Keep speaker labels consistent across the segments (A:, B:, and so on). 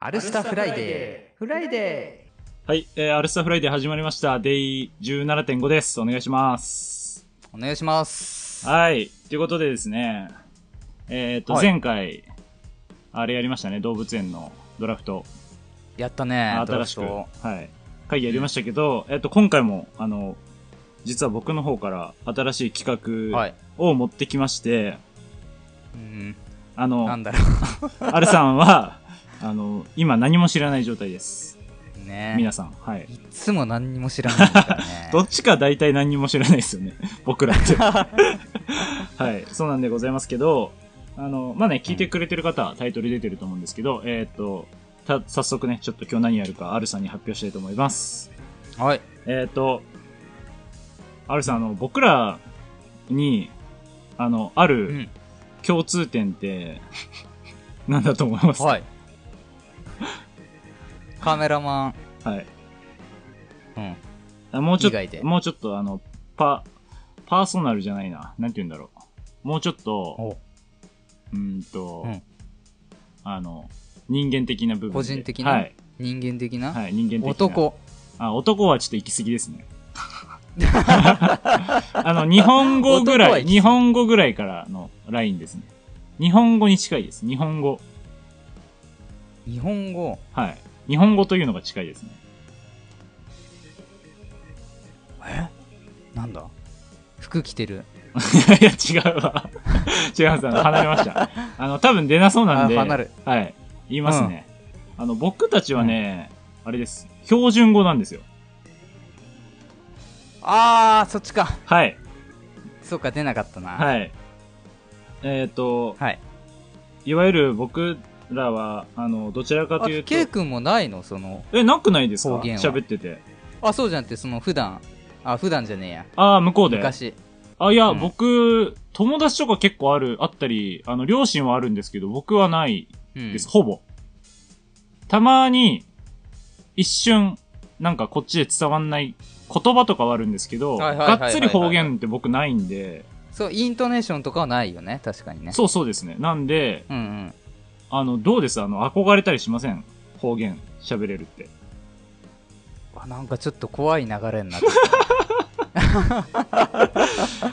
A: アルスタフライデー。フライデ
B: はい、えー、アルスタフライデー始まりました。デイ17.5です。お願いします。
A: ー。お願いします。
B: はい、ということでですね、えっ、と、
A: はい
B: 前回、あれやりましたね、動物園のドラフト、
A: やったね、
B: 新しく、
A: ドラフ
B: はい、会議やりましたけど、えっ、と、今回も、あの、実は僕の方から新しい企
A: ト
B: 画
A: はい。
B: を持ってきまして、
A: うん、
B: あ
A: な
B: の
A: ん、だろ
B: アルさんは、あの、今何も知らない状態です。
A: う。ね
B: 皆さん、はい。。
A: いつも何にも知らないからね
B: どっちか大体何にも知らないですよね。 僕ら って。はい。そうなんでございますけど、あの、まあね、聞いてくれてる方、タイトル出てると思うんですけど、えーっと、た、早速ね、ちょっと今日何やるか、アルさんに発表したいと思います。
A: はい。
B: えーっと、アルさん、あの、僕らに、あの、あ
A: う
B: る
A: ん。
B: 共通点って、なんだと思いますか
A: はい。カメラマン。
B: はい。
A: うん。
B: あもうちょっ
A: 以外で
B: と、もうちょっと、あの、パ、パーソナルじゃないな。なんて言うんだろう。もうちょっと、
A: お
B: うーんと、
A: うん
B: あの、人間的な部分で。
A: 個人的な
B: はい。
A: 人間的な、
B: はい、人間的な。。
A: 男。
B: あ、男はちょっと行き過ぎですね。 あの、日本語ぐ
A: 男
B: ら
A: は行
B: い、
A: き過ぎ
B: 日本語ぐらいからのラインですね。日本語に近いです。日本語。
A: 日本語。
B: はい。日本語というのが近いですね。
A: えなんだ服着てる。
B: いや、違うわ。 違います。あの、離れました。あの、多分出なそうなんで。
A: あ離れ。
B: はい。言いますね。あの、僕たちはね、あれです。標準語なんですよ。
A: あー、そっちか。
B: はい。
A: そうか、出なかったな。い。
B: はい。えっ、と、
A: はい。
B: いわゆる僕らは、あの、どちらか
A: あ
B: という、と
A: ケイ、君もないのその、
B: え、なくないですか
A: 方言は
B: 喋ってて。
A: あ、そうじゃなくて、その、普段、あ、普段じゃねえや。
B: ああ、向こうで。
A: 昔。
B: あ、いや、
A: うん
B: 僕、友達とか結構ある、あったり、あの、両親はあるんですけど、僕はない
A: うん
B: です、。ほぼ。たまに、一瞬、なんかこっちで伝わんない言葉とかはあるんですけど、
A: はいはいはいはいはい
B: がっつり方言って僕ないんで、
A: そう、イントネーションとかはないよね、確かにね。
B: そうそうですね。なんで、
A: う。うんうん。
B: あの、どうですあの、憧れたりしません方言喋れるって。
A: あなんかちょっと怖い流れになってき
B: やっぱ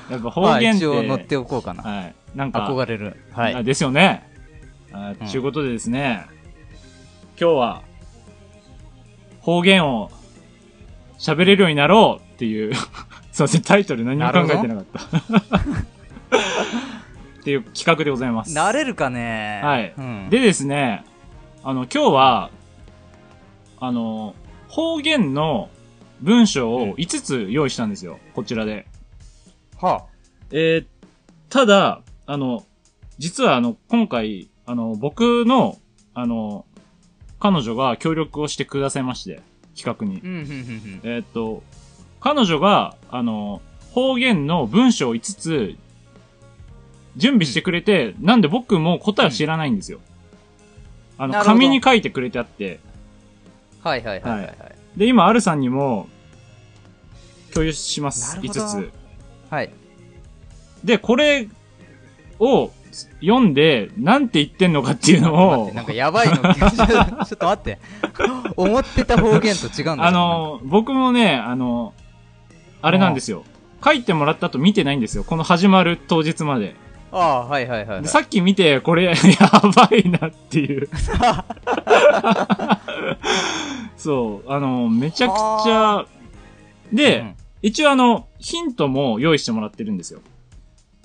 A: た。
B: 方言っ
A: まあ一
B: て、
A: 応乗
B: は
A: っておこうかな。
B: い。なんか、
A: 憧れる。は
B: あ
A: い。
B: ですよね。あ
A: うん
B: ちゅうことでですね、今日は、方言を喋れるようになろうっていう、 すいません、タイトル何も考えてなかった。 っていう企画でございます。
A: なれるかね
B: はい
A: うん。
B: でですね、あの、今日は、あの、方言の文章を5つ用意したんですよ。こちらで。
A: は
B: えーただ、あの、実はあの、今回、あの、僕の、あの、彼女が協力をしてくださいまして、企画に
A: あ。。うん、うん、うん、
B: えーっと、彼女が、あの、方言の文章を5つ、準備してくれて、なんで僕も答えを知らないんですよ。あの、
A: なるほど
B: 紙に書いてくれてあって、
A: うん。はいはいはいはいはい。
B: で、今、あるさんにも、共有します。
A: なるほ
B: 5
A: ど
B: つ。
A: はい。
B: で、これを読んで、なんて言ってんのかっていうの
A: 待って
B: を
A: な、んかやばい の。ち ょっと待って。思ってた方言と違うんだ
B: あ、の、僕もね、あの、あれなんですよ。書いてもらった後見てないんですよ。この始まる当日まで。
A: ああ、はいはいはいはい。
B: でさっき見て、これ、 やばいなって いう。そう、あの、めちゃくちゃ、で、
A: うん
B: 一応あの、ヒントも用意してもらってるんですよ。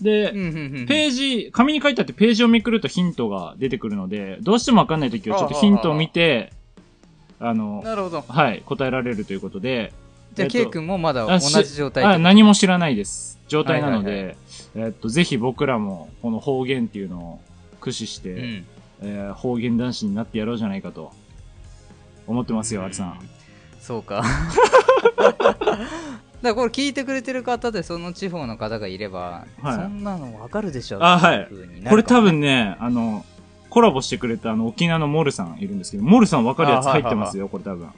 B: で、
A: うんうんうんうん
B: ページ、紙に書いてあってページをめくるとヒントが出てくるので、どうしてもわかんないときはちょっとヒントを見て、あの、
A: なるほど。
B: はい、答えられるということで、
A: じゃあ、
B: えっと
A: ケイ君もまだ同
B: あし
A: じ状態
B: あ何も知らないです。状態な
A: は
B: の
A: いはい
B: で、えっと、ぜひ僕らもこの方言っていうのを駆使して、
A: うん。
B: えー方言男子になってやろうじゃないかと、思ってますよ、アリさん。
A: そうか。だ からこれ聞いてくれてる方でその地方の方がいれば、
B: はい
A: そんなの分かるでしょ
B: あは
A: っ
B: い
A: てう風にな
B: これ
A: るか
B: 多
A: もね
B: 分ね、あの、コラボしてくれたあの、沖縄のモルさんいるんですけど、モルさんわかるやつ入ってますよ、これ多分。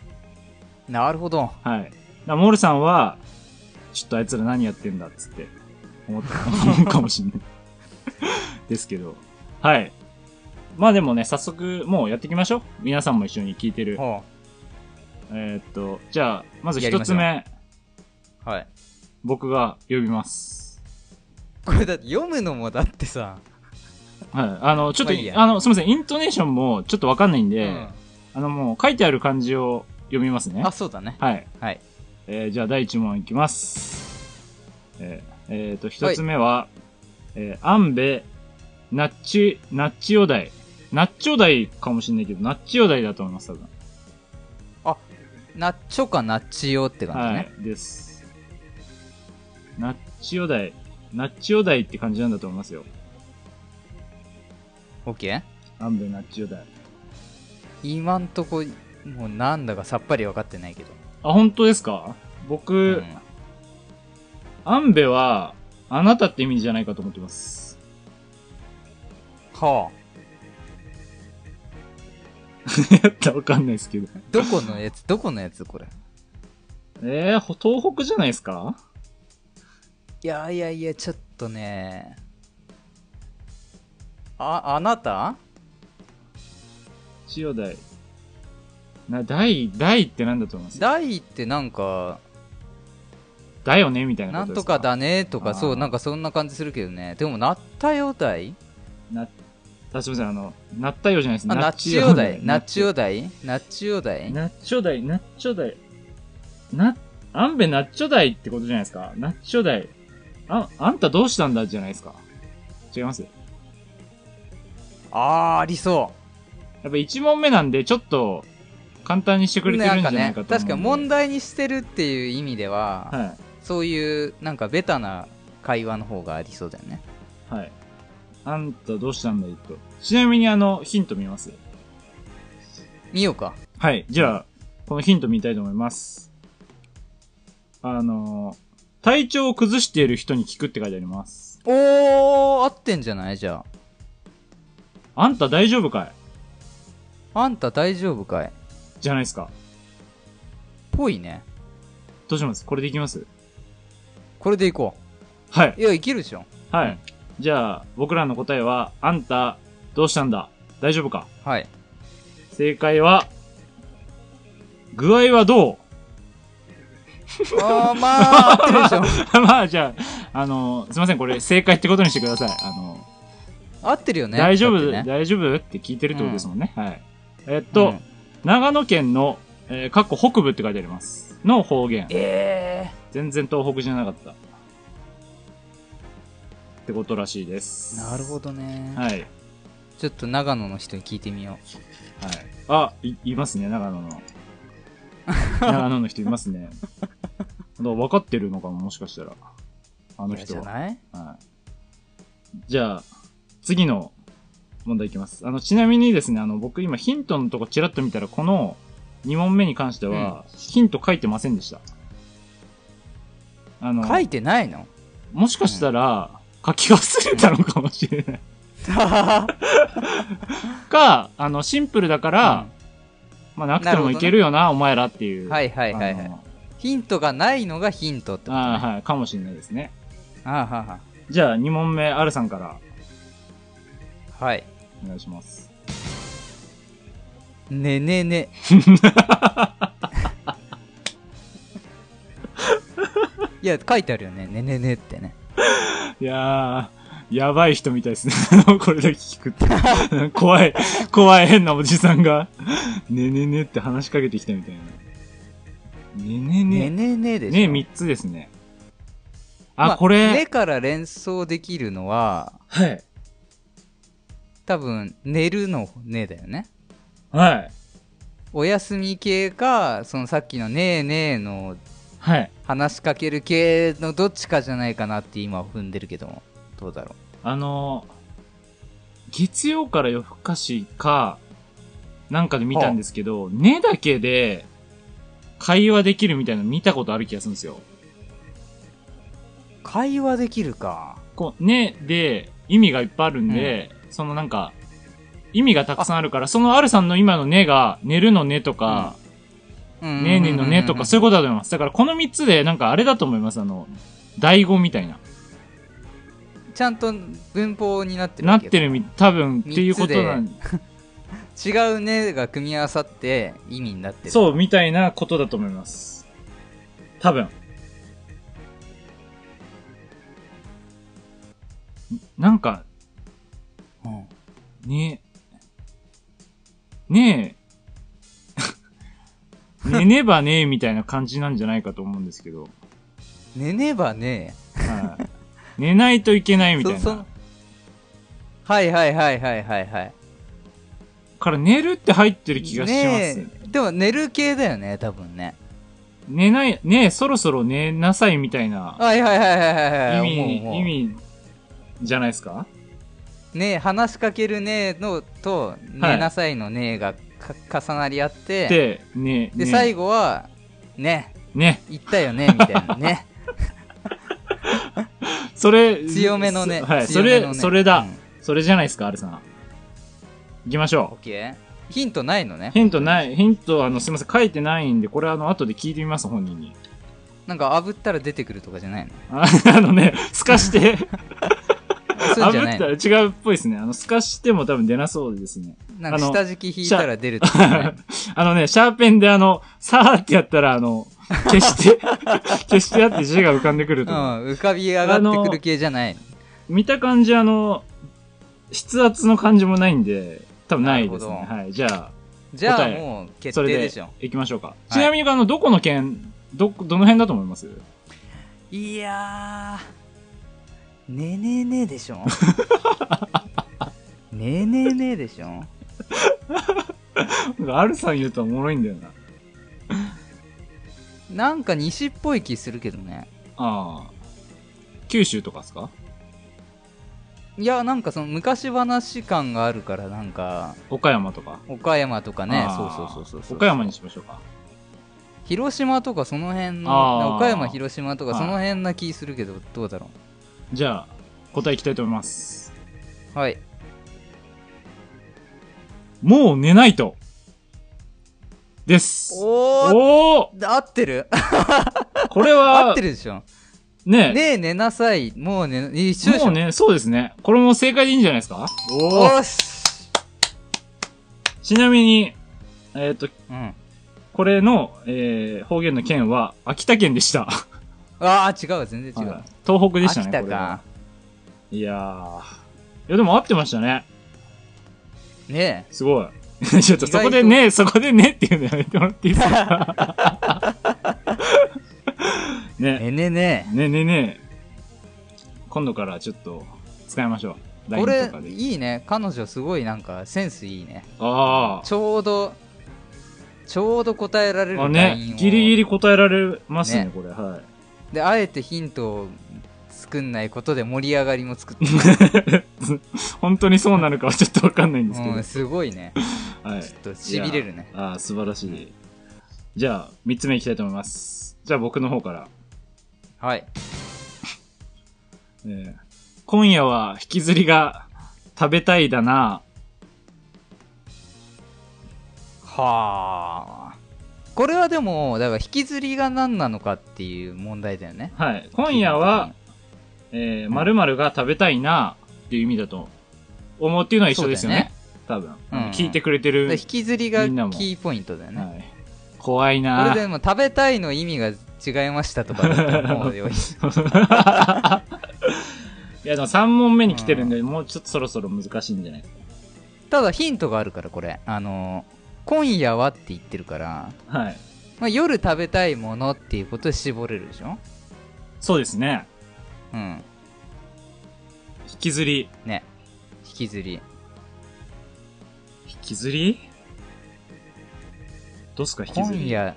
A: なるほど
B: はい。だからモールさんは、ちょっとあいつら何やってんだっつって、 思った思うかもしんない。ですけど。はい。まあでもね、早速、もうやっていきましょう。皆さんも一緒に聞いてる。
A: ほ
B: えーっと、じゃあ、まず
A: やり
B: 一
A: ま
B: つ
A: しょう
B: 目、
A: うはい
B: 僕が呼びます。
A: これだって読むのもだってさ、
B: はい。あの、ちょっと、
A: まあいいや
B: あの、すみません、イントネーションもちょっとわかんないんで、
A: うん
B: あの、もう書いてある漢字を読みますね。
A: あそうだね
B: はい。
A: はい
B: えーじゃあ、第一問いきます。えーえーっと、一つ目は、えー、アンベ、ナッチ、ナッチオダイ。ナッチオダイかもしれないけど、ナッチオダイだと思います、多分。
A: ナッチョかナッチオって感じ
B: は
A: ね、
B: い、です。ナッチオダイ。ナッチオダイって感じなんだと思いますよ。
A: オッケー
B: アンベナッチオダイ。
A: 今んとこもうなんだかさっぱり分かってないけど、
B: あ、本当ですか僕、
A: うん
B: アンベは、あなたって意味じゃないかと思ってます。
A: は
B: やったらわかんないですけど。
A: あどこのやつ どこのやつこれ
B: えー、ほ東北じゃないですか
A: いやいやいやちょっとねああなた
B: 千代台。な、台、台ってなんだと思います
A: 大ってなんか
B: だよねみたいな
A: な
B: こ
A: ん
B: とで
A: と
B: すか。
A: かだねと
B: あ
A: か
B: ー
A: そうなんかそんな感じするけどねでもなったよだい
B: な、あ、すみません、あの、なったよじゃないです。
A: あなっちよだいなっちよだいなっちよだい
B: ナッチョダイ、ナッチョダイ。な、アンベナッチョダイってことじゃないですか。ナッチョダイ。あ、あんたどうしたんだじゃないですか。違います。や
A: あーありそ
B: っぱ一問目なんで、ちょっと、簡単にしてく
A: う
B: れてる
A: なんん
B: じ
A: か
B: ゃない
A: ね
B: かと思うんで。
A: 確か問題にしてるっていう意味では、
B: は
A: そういうなんかベタな会話の方がありそうだよね
B: い。はい。あんたどうしたんだいと。ちなみにあの、ヒント見ます
A: 見ようか
B: はい。じゃあ、このヒント見たいと思います。あの、体調を崩している人に聞くって書いてあります。
A: おー合ってんじゃないじゃ
B: あんた大丈夫かい
A: ああんた大丈夫かい
B: じゃないですか。
A: ぽいね
B: どうしますこれでいきます
A: これでいこ
B: はい。
A: ういやいけるでしょ
B: はい。じゃあ、僕らの答えは、あんた、どうしたんだ大丈夫か
A: はい
B: 正解は、具合はどう
A: あーまあ合ってるでし
B: まあ、じゃあ、あの、すいません、これ正解ってことにしてください。あの、
A: ょ合ってるよね
B: 大丈
A: だっ
B: 夫、
A: てね
B: 大丈夫って聞いてるってことですもんね。はい。えっと、
A: うん
B: 長野県の、えー、かっこ北部って書いてあります。の方言。
A: え
B: 全然東北じゃなかった。ってことらしいです。
A: ー、なるほどね、
B: はい。はい。
A: ちょっと長野の人に聞いてみよ
B: あ、い、いますね、長野の。長野の人いますね。 だから分かってるのかも、もしかしたら。あ
A: う
B: の
A: いやじゃ
B: 人は。
A: ない
B: はい、じゃあ、次の問題いきます。あの、ちなみにですね、あの、僕今ヒントのとこちらっと見たら、この2問目に関しては、ヒント書いてませんでした。あの、
A: 書いてないの
B: もしかしたら、書き忘れたのかもしれない。か、あの、シンプルだから、まあ、なくてもいけるよな、お前らっていう。
A: はいはいはいは
B: あ
A: い
B: の
A: ヒントがないのがヒントってことね
B: あーはい、かもしれないですね。
A: あーはは
B: じゃあ、2問目、アルさんから
A: はい
B: お願いします。
A: ねね ねいや書いてあるよねねねねってね
B: いやー、やばい人みたいですね。 これだけ聞くって。 怖い、怖い変なおじさんが、ねねねって話しかけてきたみたいな。ね
A: ね
B: ねね。ね
A: ねねでしょ
B: ね3つですね。あ、
A: まあ
B: これ、
A: ねから連想できるのは
B: はい。
A: 多分寝るのねだよね
B: はい。
A: お休み系かそのさっきのねえねえの
B: はい。
A: 話しかける系のどっちかじゃないかなって今踏んでるけどもどうだろ
B: あのー、月曜から夜更かしか、なんかで見たんですけど、ねだけで、会話できるみたいなの見たことある気がするんですよ。
A: う会話できるか
B: こう、ねで、意味がいっぱいあるんで、そのなんか、意味がたくさんあるから、そのあるさんの今のねが、寝るのねとか、
A: うん
B: ねえねえのねとか、そういうことだと思います。だからこの3つで、なんかあれだと思います。あの、醍醐みたいな。
A: ちゃんと文法になってる
B: な
A: わ
B: っ
A: け
B: てるみ、多分っていうことな
A: 三
B: ん、
A: 違うねが組み合わさって意味になってる
B: そう、みたいなことだと思います。多分。んなんか、
A: うん、
B: ねえ、 ねえ、寝ねばねえみたいな感じなんじゃないかと思うんですけど、
A: 寝ねばね
B: はい、寝ないといけないみたい
A: そそ
B: な。
A: はいはいはいはいはいはい
B: から寝るって入ってる気がしますね。
A: ねえでも寝る系だよね多分ね
B: 寝ない、ねえ、そろそろ寝なさいみたいな
A: はいはいはいはいはい
B: 意
A: はい
B: 味、
A: 思う思う
B: 意味じゃないですか
A: ねえ話しかけるねえのと寝なさいのねえがか重なり合って、
B: で、ねえ、
A: で
B: ねえ
A: 最後はね
B: ね
A: 言ったよ ねみたいなね
B: え、それ、
A: 強めのね
B: そはい、そ
A: 強めの
B: れ、
A: ね
B: それだ、
A: うん
B: それじゃないですか、R さん。行きましょう
A: オ。ッケーヒントないのね
B: ヒントない、ヒント、あの、すみません、書いてないんで、これ、あの、後で聞いてみます、本人に。
A: なんか炙ったら出てくるとかじゃないの
B: ああのね、透かして、
A: そうじゃないの
B: 炙ったら違うっぽいですね。あの、透かしても多分出なそうですね。
A: なんか
B: あの
A: 下敷き引いたら出るとかじゃ ない
B: あのね、シャーペンで、あの、さーってやったら、あの、消して、 消してやって字が浮かんでくる
A: う
B: と
A: ん
B: 思う、
A: 浮かび上がってくる系じゃない
B: 見た感じ、あの、筆圧の感じもないんで、多分ないです
A: なる
B: ね。
A: ほど
B: はい、じゃあ、
A: じゃあ
B: 答え
A: もう決
B: それ
A: 定
B: で
A: でしょ
B: 行きましょうか。
A: い
B: ちなみに、あの、どこの県、ど、どの辺だと思います
A: いやーねねねでし ょねねねでしょ
B: ?R さん言うとおもろいんだよな。
A: なんか西っぽい気するけどね
B: ああ。九州とかですか
A: いやなんかその昔話感があるからなんか
B: 岡山とか。
A: 岡山とかね
B: あ
A: そう
B: ー
A: そうそうそうそう
B: 岡山にしましょうか。
A: 広島とかその辺
B: あー
A: の岡山広島とか
B: はい
A: その辺な気するけどどうだろ
B: じゃあ、答えいきたいと思います。
A: うはい
B: もう寝ないと。です。
A: おお
B: おお
A: 合ってる
B: これ
A: 合
B: は
A: って、るでしょ
B: ね
A: ねえ寝なさいもうね一緒でし
B: も
A: ょ
B: うね、そうですね。これも正解でいいんじゃないですかお
A: お
B: お
A: ーし
B: ちなみに、えっ、と、
A: うん
B: これの、えー方言の県は秋田県でした。
A: ああ違うわ全然違う、
B: はい 東北でした
A: 秋
B: ね。こ
A: 田
B: れは
A: か
B: いやー。いや、でも合ってましたね。
A: ね
B: すごい。 ちょっと
A: 意外と
B: そこでね、そこでねっていうのやめてもらっていいですか
A: え
B: ね、
A: ねねね
B: ねねね今度からちょっと使いましょう。
A: えこ
B: LINE
A: れ
B: とかで。
A: いいね彼女すごいなんかセンスいいね
B: あ
A: ちょうどちょうど答えられ
B: あ。あ
A: るライン
B: ね
A: を、
B: ギリギリ答えられますね、
A: ね
B: これ。は
A: であえてヒントを作んないことで盛り上がりも作 って
B: い。 本当にそうなのかはちょっとわかんないんですけど。
A: うん、すごいね。
B: はい
A: ちょっとしびれるね。
B: ああ、素晴らしい。じゃあ、3つ目いきたいと思います。じゃあ僕の方から。
A: はい。
B: えー今夜は引きずりが食べたいだな。
A: はあ。これはでも、だから引きずりが何なのかっていう問題だよね。
B: はい。今夜は、えー、〇〇が食べたいなっていう意味だと思うっていうのは一緒ですよね。多分、
A: うん
B: 聞いてくれ
A: 基
B: て
A: 本的に、だ
B: る。
A: から引きずりが
B: みんなも
A: キーポイントだよね。
B: はい。怖い
A: こ
B: な
A: れでも食べたいの意味が違いましたとかだったらもうよい
B: いや、でも3問目に来てるんで、もうちょっとそろそろ難しいんじゃないです
A: ただヒントがあるからこれ。あの今夜はって言ってるから、
B: か。はい。
A: まあ、夜食べたいものっていうことで絞れるでしょ
B: そうですね。
A: うん。
B: 引きずり。
A: ね。引きずり。
B: 引きずりどうすか、引きずり。
A: 今夜、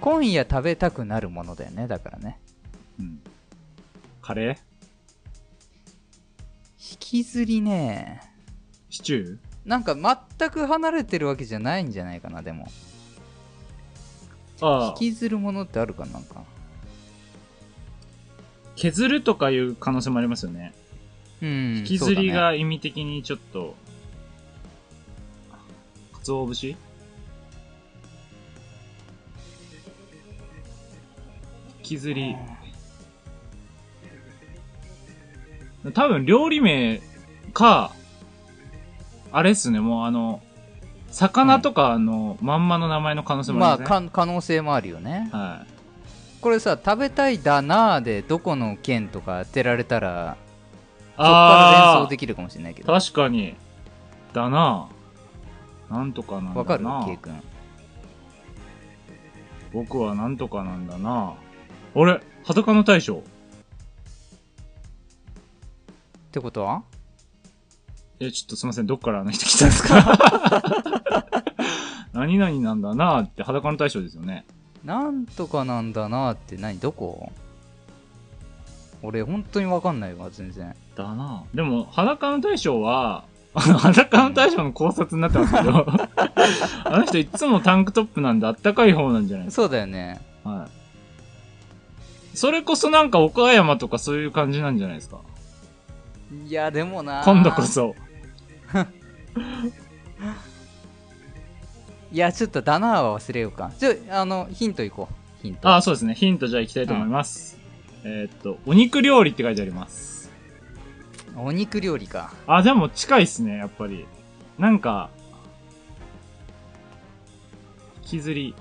A: 今夜食べたくなるものだよね。だからね。
B: うん。カレー
A: 引きずりね
B: シチュー
A: なんか全く離れてるわけじゃないんじゃないかなでも
B: あ
A: 引きずるものってあるかななんか
B: 削るとかいう可能性もありますよね。
A: うん
B: 引きずり
A: そうだね
B: が意味的にちょっと、かつお節引きずり。多分料理名か、あれっすね、もうあの、魚とかのまんまの名前の可能性も
A: ま
B: あ
A: あ
B: ります
A: か
B: ね。
A: ん可能性もあるよね
B: はい。
A: これさ食べたいだなーでどこの県とか当てられたらそっから連
B: あ
A: 想できるかもしれないけ
B: ー
A: ど
B: 確かに。だななんとかなんだな
A: わかる K 君
B: 僕はなんとかなんだなあれ裸の大将
A: ってことは
B: え、ちょっとすいません、どっからあの人来たんですか 何々なんだなあって裸の大将ですよね。
A: なんとかなんだなーって何どこ俺本当にわかんないわ全然
B: だなあでも、裸の大将は、あの、裸の大将の考察になってますけ ど、あの人いつもタンクトップなんであったかい方なんじゃないです
A: そうだよね
B: か。はい。それこそなんか岡山とかそういう感じなんじゃないですか。
A: いやでもなー
B: 今度こそ。
A: いやちょっとだなーは忘れようかちょあのヒントいこうヒント
B: あ、そうですね。ヒントじゃあいきたいと思います。えーっと、お肉料理って書いてあります。
A: お肉料理か
B: あ、でも近いっすね、やっぱり。なんか、引きずり。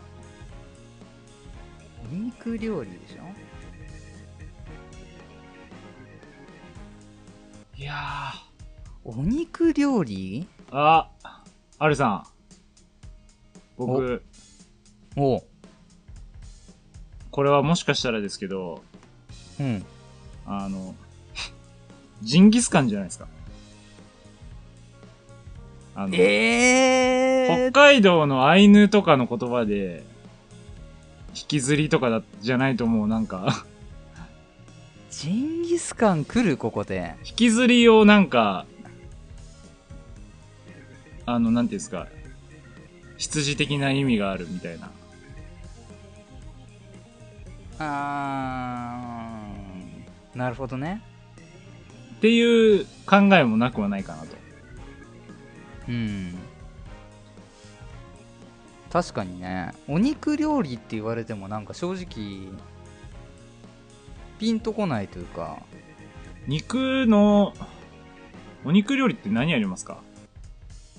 A: お肉料理でしょ
B: いや
A: お肉料理
B: ー。あ、あるさん。僕、
A: おう
B: これはもしかしたらですけど、
A: うん
B: あの、ジンギスカンじゃないですか。あの、
A: え
B: 北海道のアイヌとかの言葉で、引きずりとかだ、じゃないともうなんか、
A: ジンギスカン来るここで
B: 引きずりをなんか、あの、なんていうんですか、羊的な意味があるみたいな。
A: あーなるほどね
B: っていう考えもなくはないかなと。
A: うん確かにねお肉料理って言われてもなんか正直ピンとこないというか
B: 肉の、お肉料理って何ありますか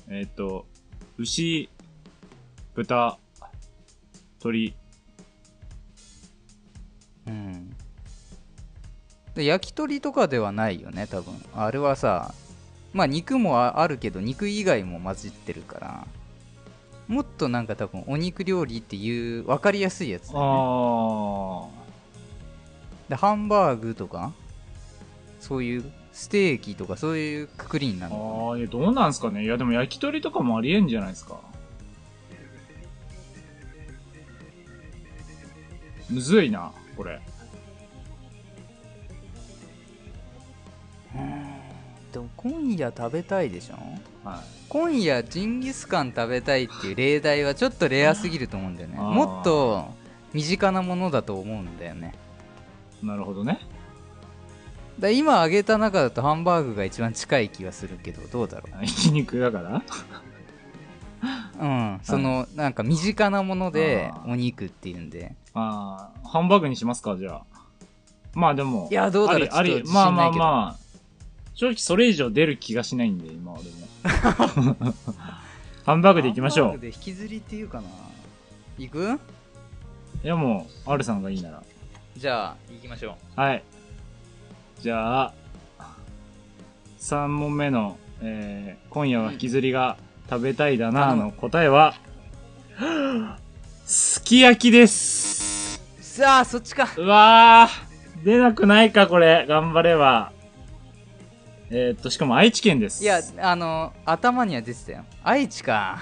B: えーっ、と、牛、豚、鶏。
A: うんで焼き鳥とかではないよね多分あれはさまあ肉もああるけど肉以外も混じってるからもっとなんか多分お肉料理っていう分かりやすいやつだよね
B: あ
A: でハンバーグとかそういうステーキとかそういうくくりにな
B: ー。
A: るのかな
B: あー、いや、どうなんすかねいや、でも焼き鳥とかもありえんじゃないですか。むずいな、これ。
A: でも今夜食べたいでしょ
B: は
A: 今夜ジンギスカン食べたいっていう例題はちょっとレアすぎると思うんだよね
B: あー
A: もっと身近なものだと思うんだよね
B: い。なるほどね。
A: だ今挙げた中だとハンバーグが一番近い気がするけどどうだろ
B: ひき肉だから
A: ううんそのなんか身近なもので
B: あー
A: お肉っていうんで
B: ああ、ハンバーグにしますか、じゃあ。まあでも。
A: いやどうだろう
B: あり、
A: ちょっ
B: あ
A: と
B: り、
A: 自
B: まあ
A: 信
B: ま
A: ない
B: あ
A: けど
B: まあ。正直それ以上出る気がしないんで、今俺も。 ハンバーグでいきまし
A: ハン
B: ょ
A: バー
B: う
A: グ。で引きずりっていうかな行く
B: いやもう、R さんがいいなら。
A: じゃあ行きましょ
B: はい。じゃあ、3問目の、えー、今夜は引きずりが食べたいだなの答えは、すき焼きです。
A: うさあそっちか
B: うわー、出なくないか、これ。頑張れば。えー、っと、しかも愛知県です。
A: いやあの頭には出てたよ愛知か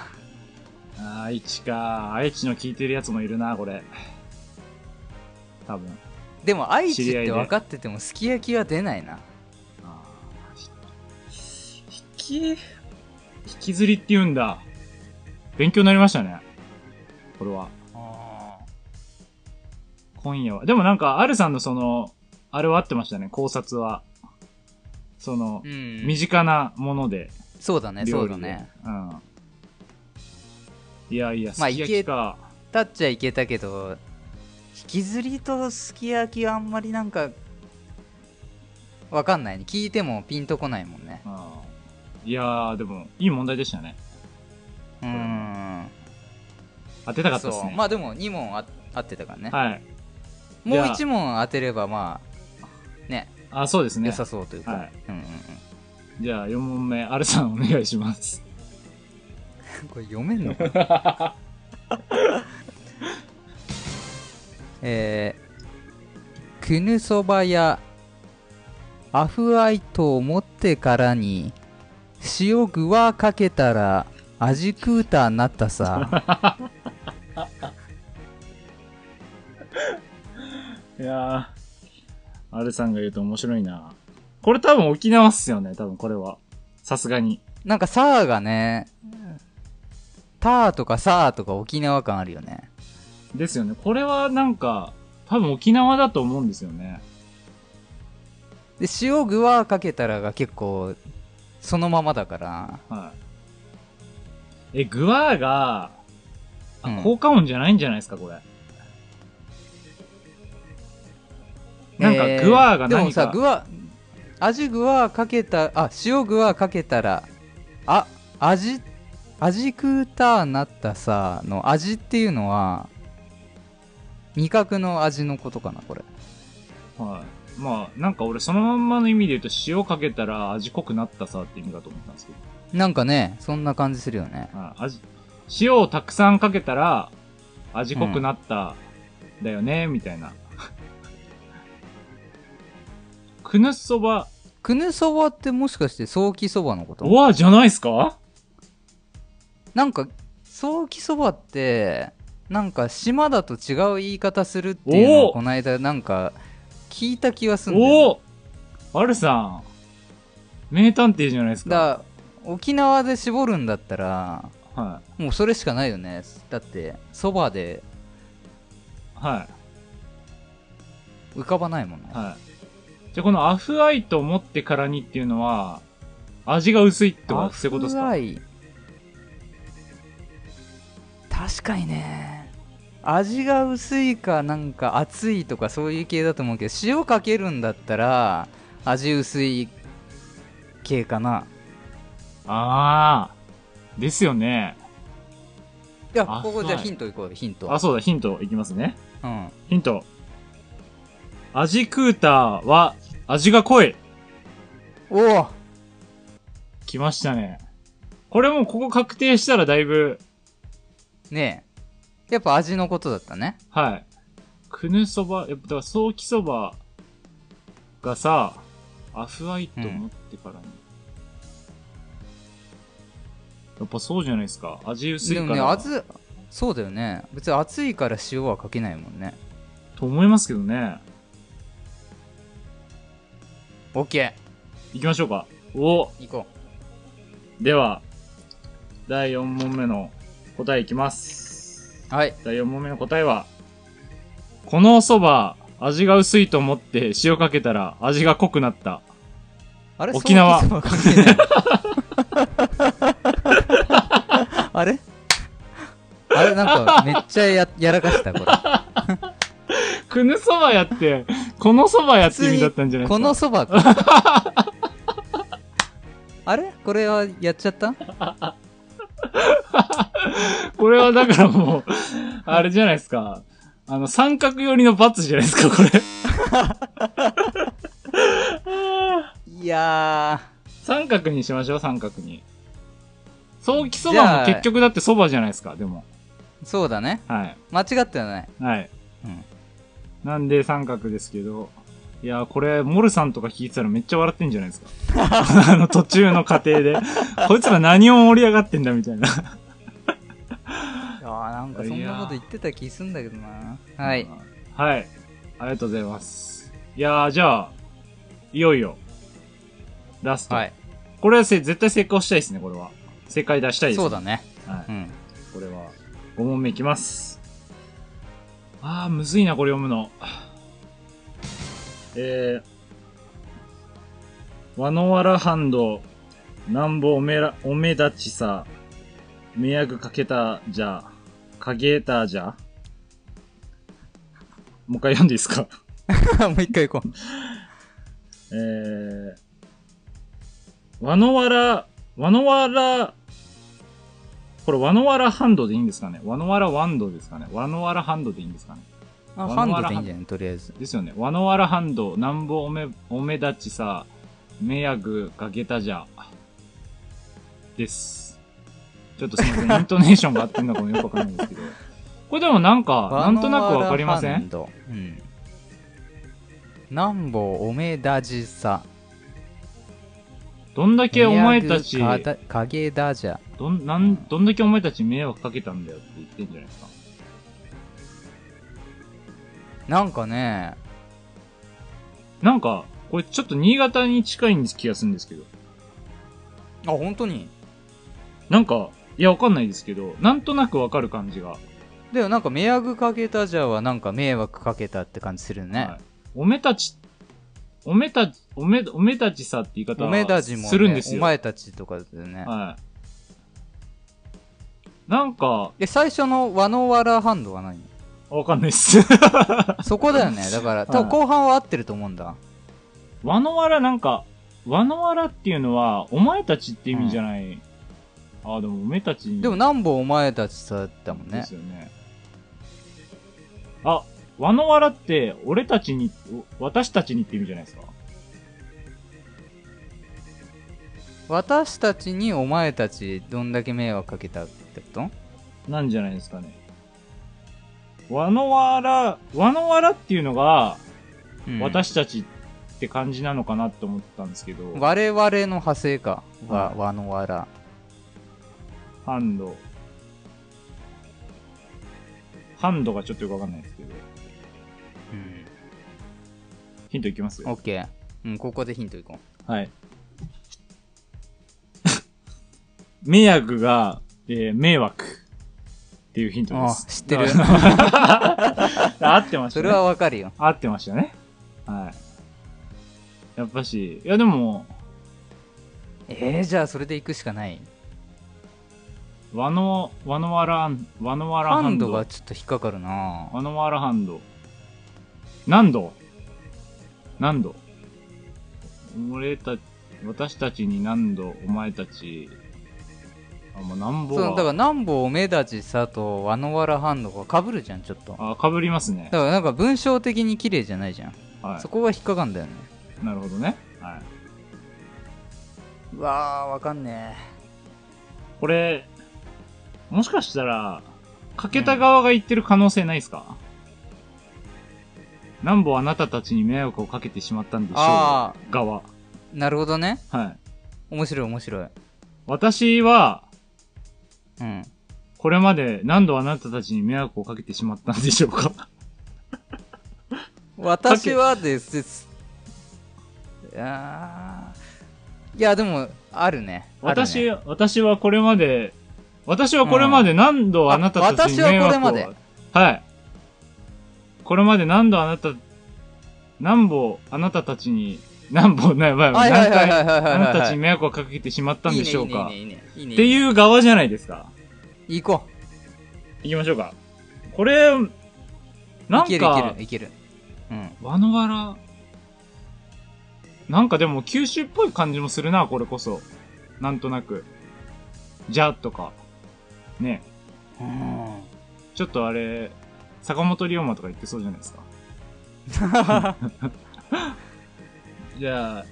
B: 愛知か。愛知の聞いてるやつもいるな、これ。多分。
A: でも愛知っ
B: 知り合い
A: て
B: で
A: 分かっててもすき焼きは出ないな
B: あーひ引き、引きずりって言うんだ。勉強になりましたね。これは。今夜は。でもなんか、アルさんのその、あれは合ってましたね、考察は。その
A: う、ん
B: 身近なもので、
A: そうだねそ
B: 料
A: う
B: 理
A: だ
B: で。
A: ね。
B: うん。いやいや、す
A: まあ
B: き焼きか。
A: 立っちゃいけたけど引きずりとすき焼きはあんまりなんかわかんないね聞いてもピンとこないもんね
B: あーいやー、でも、いい問題でしたね。
A: うーん
B: 当てたかったです
A: そう
B: ね。
A: まあでも2問あ合ってたからね、
B: はい。
A: もう
B: じゃあ
A: 1問当てればまあね
B: あ、そうですね
A: 良。さそうというか、
B: はい
A: うんうん
B: じゃあ、4問目、アルさんお願いします。
A: うん、これ読めんの
B: は
A: えー、くぬそばやアフアイトを持ってからに塩具はかけたら味クーターになった さ
B: いやー、アルさんが言うと面白いな。これ多分沖縄っすよね、多分これは。さすがに。
A: なんかさーがねターとかさーとか沖縄感あるよね
B: ですよね。これはなんか、多分沖縄だと思うんですよね。
A: で塩具はかけたらが結構そのままだから
B: はい。え、グワーが、あ
A: うん
B: 効果音じゃないんじゃないですか、これ。なん
A: え
B: か、グワーが何か、
A: でもさ具は味具はかけたあ塩具はかけたらあ味味クーターなったさの味っていうのは味覚の味のことかなこれ
B: はい。まあ、なんか俺そのまんまの意味で言うと塩かけたら味濃くなったさって意味だと思ったんですけど。
A: なんかねそんな感じするよね
B: はい、味、塩をたくさんかけたら味濃くなった、だよね、みたいな。 くぬそば、
A: くぬそばってもしかしてソーキそばのこと
B: わあじゃないですか
A: なんかソーキそばってなんか島だと違う言い方するっていうの
B: お
A: を
B: ー
A: この間なんか聞いた気がするんだよね
B: おおあるさん、名探偵じゃないですか。
A: だから沖縄で絞るんだったら
B: はい。
A: もうそれしかないよねだってそばで
B: はい。
A: 浮かばないもんね
B: はい。じゃあこのアフアイと思ってからにっていうのは、味が薄いってことそういうことですか
A: アフライ確かにね味が薄いかなんか熱いとかそういう系だと思うけど塩かけるんだったら味薄い系かな
B: ああ、ですよね。
A: いや
B: あ
A: ここじゃあ
B: はい
A: ヒントいこうよヒント
B: あ、そうだ、ヒントいきますね。
A: うん
B: ヒント。味クーターは味が濃い。
A: おお
B: 来ましたね。これもうここ確定したらだいぶ、
A: ねえやっぱ味のことだったね
B: はい。くぬそば、やっぱ、だから、ソーキそばがさ、アフアイと思ってからに。やっぱそうじゃないですか。味薄
A: で
B: いから。
A: もね熱そうだよね別に熱いから塩はかけないもんね
B: と思いますけどね。
A: OK
B: 行きましょうか。お
A: 行こ
B: では、第4問目の答えいきます。
A: うはい
B: 第4問目の答えは、このお蕎麦、味が薄いと思って塩かけたら味が濃くなった。
A: あれ
B: 沖縄
A: ソーキそば関係ない あれあれなんかめっちゃややらかしたこ れ
B: くぬそばやって、 このそばやって意味だったんじゃないですか
A: このそば かあれこれはやっちゃった
B: これはだからもう、あれじゃないですか。あの、三角寄りのバツじゃないですか、これ。
A: いや
B: 三角にしましょう、三角に。早期そばも結局だってそばじゃないですか、でも。
A: ーそうだね
B: はい。
A: 間違ってはない
B: はい。
A: うん
B: なんで三角ですけど。いやー、これ、モルさんとか聞いてたらめっちゃ笑ってんじゃないですか。 あの、途中の過程で。 こいつら何を盛り上がってんだ、みたいな。
A: いやーなんかそんなこと言ってた気すんだけどなはい。
B: はい。ありがとうございます。いやー、じゃあ、いよいよ、ラスト。
A: はい
B: これはせ絶対成功したいですね、これは。正解出したいです、
A: そうだね
B: は
A: う
B: い。
A: ん
B: これは、5問目いきます。あー、むずいな、これ読むの。えー、わのわらハンド、なんぼおめら、おめだちさ、迷惑かけたじゃ、かげたじゃ。もう一回読んでいいですか
A: もう一回行こう。
B: えー、わのわら、わのわら、これわのわらハンドでいいんですかねわのわらワンドですかねわのわらハンドでいいんですかね
A: あ、
B: ワ
A: ハン
B: ノワ
A: ド
B: ラ
A: でいいんじゃないとりあえず。
B: ですよね。わのわらハンド、なんぼおめ、おめだちさ、めやぐがげたじゃ、です。ちょっとすみませ ん、イントネーションが合ってんのかもよくわかんないんですけど。これでもなんか、なんとなくわかりませ
A: ワノワラハン
B: ん
A: ドうん。なんぼおめだじさ。
B: どんだけお前たち、
A: 宮具かだ影だじゃ。
B: どん、なん、どんだけお前たち迷惑かけたんだよって言ってんじゃないですか。
A: なんかね、
B: なんか、これちょっと新潟に近いんです気がするんですけど。
A: あ、本当に。
B: なんか、いや、わかんないですけど、なんとなくわかる感じが。
A: でもなんか迷惑かけたじゃはなんか迷惑かけたって感じするね。
B: はいおめたち、おめたち、おめ、おめたちさって言い方
A: おめだじも、ね、
B: するんです
A: お
B: よ。
A: 前たちとかだよね。
B: はい。なんか、
A: で、最初の和のわらハンドは何
B: わかんないっす。
A: そこだよね。だから、多分後半は合ってると思うんだ。
B: わのわらなんか、わのわらっていうのは、お前たちって意味じゃない。ああ、でもおめたちに
A: でも、なんぼお前たちさだったもん
B: で
A: ね
B: す。よね。あ、わのわらって、俺たちに、お私たちにって意味じゃないですか。
A: 私たちにお前たちどんだけ迷惑かけたってこと
B: なんじゃないですかね。わのわら、わのわらっていうのが、
A: うん
B: 私たちって感じなのかなって思ったんですけど、
A: 我々の派生か。わ
B: は、い
A: 和のわら。
B: ハンド。ハンドがちょっとよくわかんないですけど、
A: うん。
B: ヒントいきます
A: オッケー。うん、ここでヒントいこ
B: はい。 迷惑が、えー迷惑っていうヒントです。
A: あ知ってる
B: あ合ってま
A: う。
B: し
A: そ
B: た
A: れ
B: ね。
A: はわかるよ。
B: 合ってましたね。はい。やっぱし、いやでも、
A: えー、じゃあそれで行くしかない。
B: ワノ、ワノワラン、ワノワラ
A: ハ
B: ハ
A: ン
B: ン
A: ド
B: ド。
A: がちょっと引っかかるな
B: ワノワラハンド。何度何度俺た、私たちに何度、お前たち、あ、もうなんぼ
A: そう、だから、
B: は、
A: なんぼおめだちさと和のわらハンドがかぶるじゃん、ちょっと。だか
B: あ、かぶりますね。
A: らなんか文章的に綺麗じゃないじゃん。
B: は
A: そこが引っかかんだよね。
B: い。なるほどね。はい。
A: うわー、わかんね
B: これ、もしかしたら、かけた側が言ってる可能性ないですか、何ぼあなたたちに迷惑をかけてしまったんでしょう
A: あ
B: 側。
A: え。なるほどね。
B: はい。
A: 面白い、面白い。
B: 私は、
A: うん。
B: これまで何度あなたたちに迷惑をかけてしまったんでしょうか
A: 私はですです。あーいや、でも、あるね。あるね
B: 私、私はこれまで、私はこれまで何度あなたたちに迷惑を、
A: あ私はこれま
B: はい。これまで何度あなた、何歩あなたたちに、何歩、な、まあ、
A: はいはい
B: 何
A: はい
B: 回、
A: はいはいはいはい
B: あなたたちに迷惑をかけてしまったんでしょうか
A: いいね、いいね、いいね。いいね
B: っていう側じゃないですか。
A: 行こう。
B: 行きましょうか。これ、ない
A: け
B: ん
A: るいけ
B: か
A: る、、いける。うん。
B: わのわら、なんかでも九州っぽい感じもするな、これこそ。なんとなく。じゃとか。ね。
A: うん
B: ちょっとあれ、坂本龍馬とか言ってそうじゃないですか。じゃあ、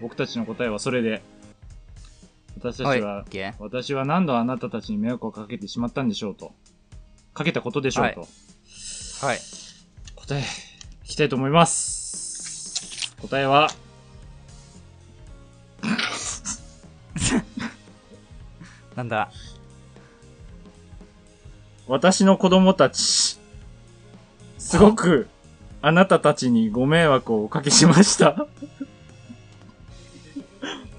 B: 僕たちの答えはそれで。私たちは、
A: はい、OK
B: 私は何度あなたたちに迷惑をかけてしまったんでしょうと。かけたことでしょうと。
A: はい。
B: 答え、いきたいと思います。答えは、
A: なんだ
B: 私の子供たち、すごく、あなたたちにご迷惑をおかけしました。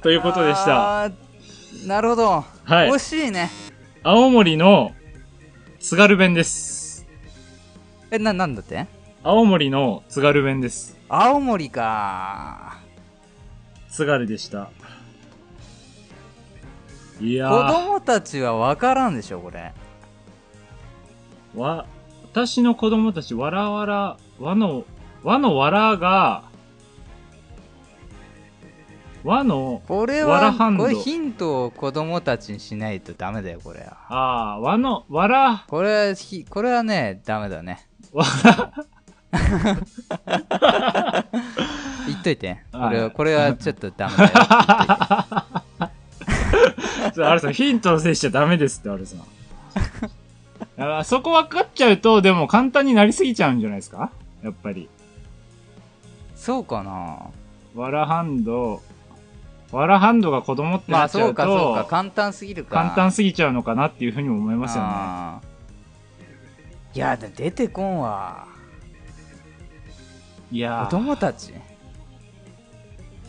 B: と
A: と
B: いうことでした。。
A: あーなるほど。
B: はい
A: 惜。しいね。
B: 青森の、津軽弁です。
A: え、な、なんだって
B: 青森の津軽弁です。
A: 青森か。
B: 津軽でした。い
A: 子
B: やー、
A: 供たちは分からんでしょ、これ。
B: わ、私の子供たち、わらわら、わの、わのわらが、和の、
A: これ
B: わら
A: は
B: ハンド
A: これヒントを子供たちにしないとダメだよこれは
B: ああ、和の、わら、
A: これはひこれはねダメだね
B: わら、
A: 言っといてこ
B: はい
A: れはこれはちょっとダメ だよ言っといて
B: そうあれさん、ヒントのせいしちゃダメですって、あ れさん。あそこ分かっちゃうと、でも簡単になりすぎちゃうんじゃないですかやっぱり。
A: そうかな
B: わらハンド、わらハンドが子供って
A: ま
B: な
A: あ
B: っちゃ
A: そううかそうか
B: と、
A: 簡単すぎるか
B: 簡単すぎちゃうのかなっていうふうにも思いますよね。
A: あーいやで出てこんわ
B: い
A: 子
B: やー、
A: 供たち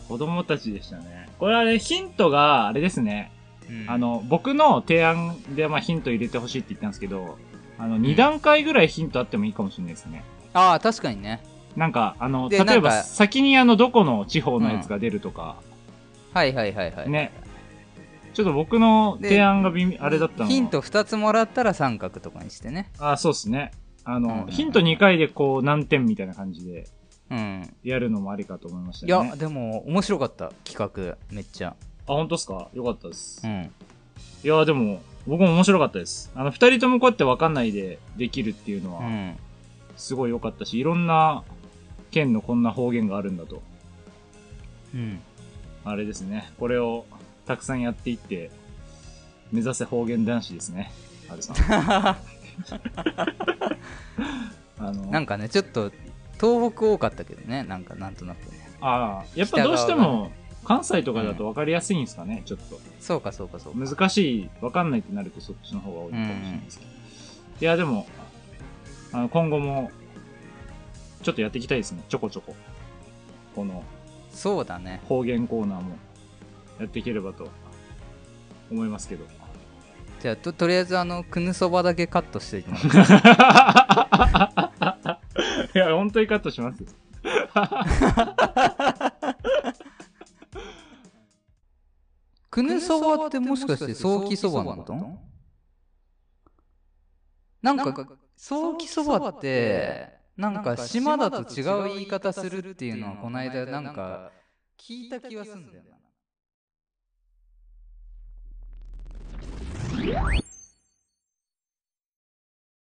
B: 子供たちでしたね。これあれ、ヒントが、あれですね。
A: うん
B: あの、僕の提案で、まあ、ヒント入れてほしいって言ったんですけど、あの、2段階ぐらいヒントあってもいいかもしれないですね。
A: ああ確かにね
B: なんか、あの、
A: で
B: 例え
A: なん
B: ば、
A: か
B: 先にあの、どこの地方のやつが出るとか、
A: はいはいはいはい
B: ね。ちょっと僕の提案が微妙あれだったの。
A: ヒン。ト2つもらったら三角とかにしてね
B: あ、そうですね。あ
A: うんうん
B: の、
A: うん
B: ヒント2回でこう、何点みたいな感じで
A: うん
B: やるのもありかと思いました
A: い
B: ね。
A: や、でも面白かった企画めっちゃ
B: あ、本当ですかよかったです。
A: う
B: い
A: ん
B: や、でも、僕も面白かったです。あの、二人ともこうやって分かんないでできるっていうのは、
A: うん
B: すごい良かったし、いろんな県のこんな方言があるんだと。
A: うん
B: あれですね。これをたくさんやっていって、目指せ方言男子ですね。あれさん。あの、
A: なんかねちょっと東北多かったけどねなんかなんとなくね
B: ああ、やっぱどうしても関西とかだと分かりやすいんですかね、ちょっと。
A: そうかそうかそうか
B: 難しい、分かんないってなるとそっちの方が多いかもしれないですけど。いや、でも、あの、今後も、ちょっとやっていきたいですね。ちょこちょこ。この、
A: そうだね
B: 方言コーナーもやっていければと思いますけど。
A: じゃあととりあえずあのくぬそばだけカットしていてもらって
B: い や、本当にカットします。
A: く
C: く
A: ぬ
C: ぬ
A: そば
C: そば
A: っ
C: ってて
A: も
C: も
A: し
C: し
A: か
C: か
A: し
C: してて
A: 早
C: 早
A: 期
C: 期
A: そ
C: そ
A: ばの
C: ばの
A: こ
C: ことと
A: なんか
C: なんか、
A: 早
C: 早
A: 期
C: 期
A: そ
C: そ
A: ば
C: ば
A: っ
C: ってて、
A: な
C: なんん
A: か
C: か
A: 島
C: 島
A: だ
C: だ
A: と
C: と
A: 違
C: 違
A: う
C: う
A: 言
C: 言
A: い
C: い
A: 方
C: 方
A: す
C: す
A: る
C: る
A: っ
C: ってて
A: い
C: いうう
A: の
C: の
A: は
C: は
A: こ
C: こ
A: の
C: の
A: 間
C: 間
A: な
C: なん
A: か
C: んか
A: 聞
C: 聞
A: い
C: い
A: た
C: た
A: 気
C: 気
A: が
C: が
A: す
C: す
A: る
C: る
A: ん
C: ん
A: だ
C: だ
A: よ
C: よ
A: な
C: な。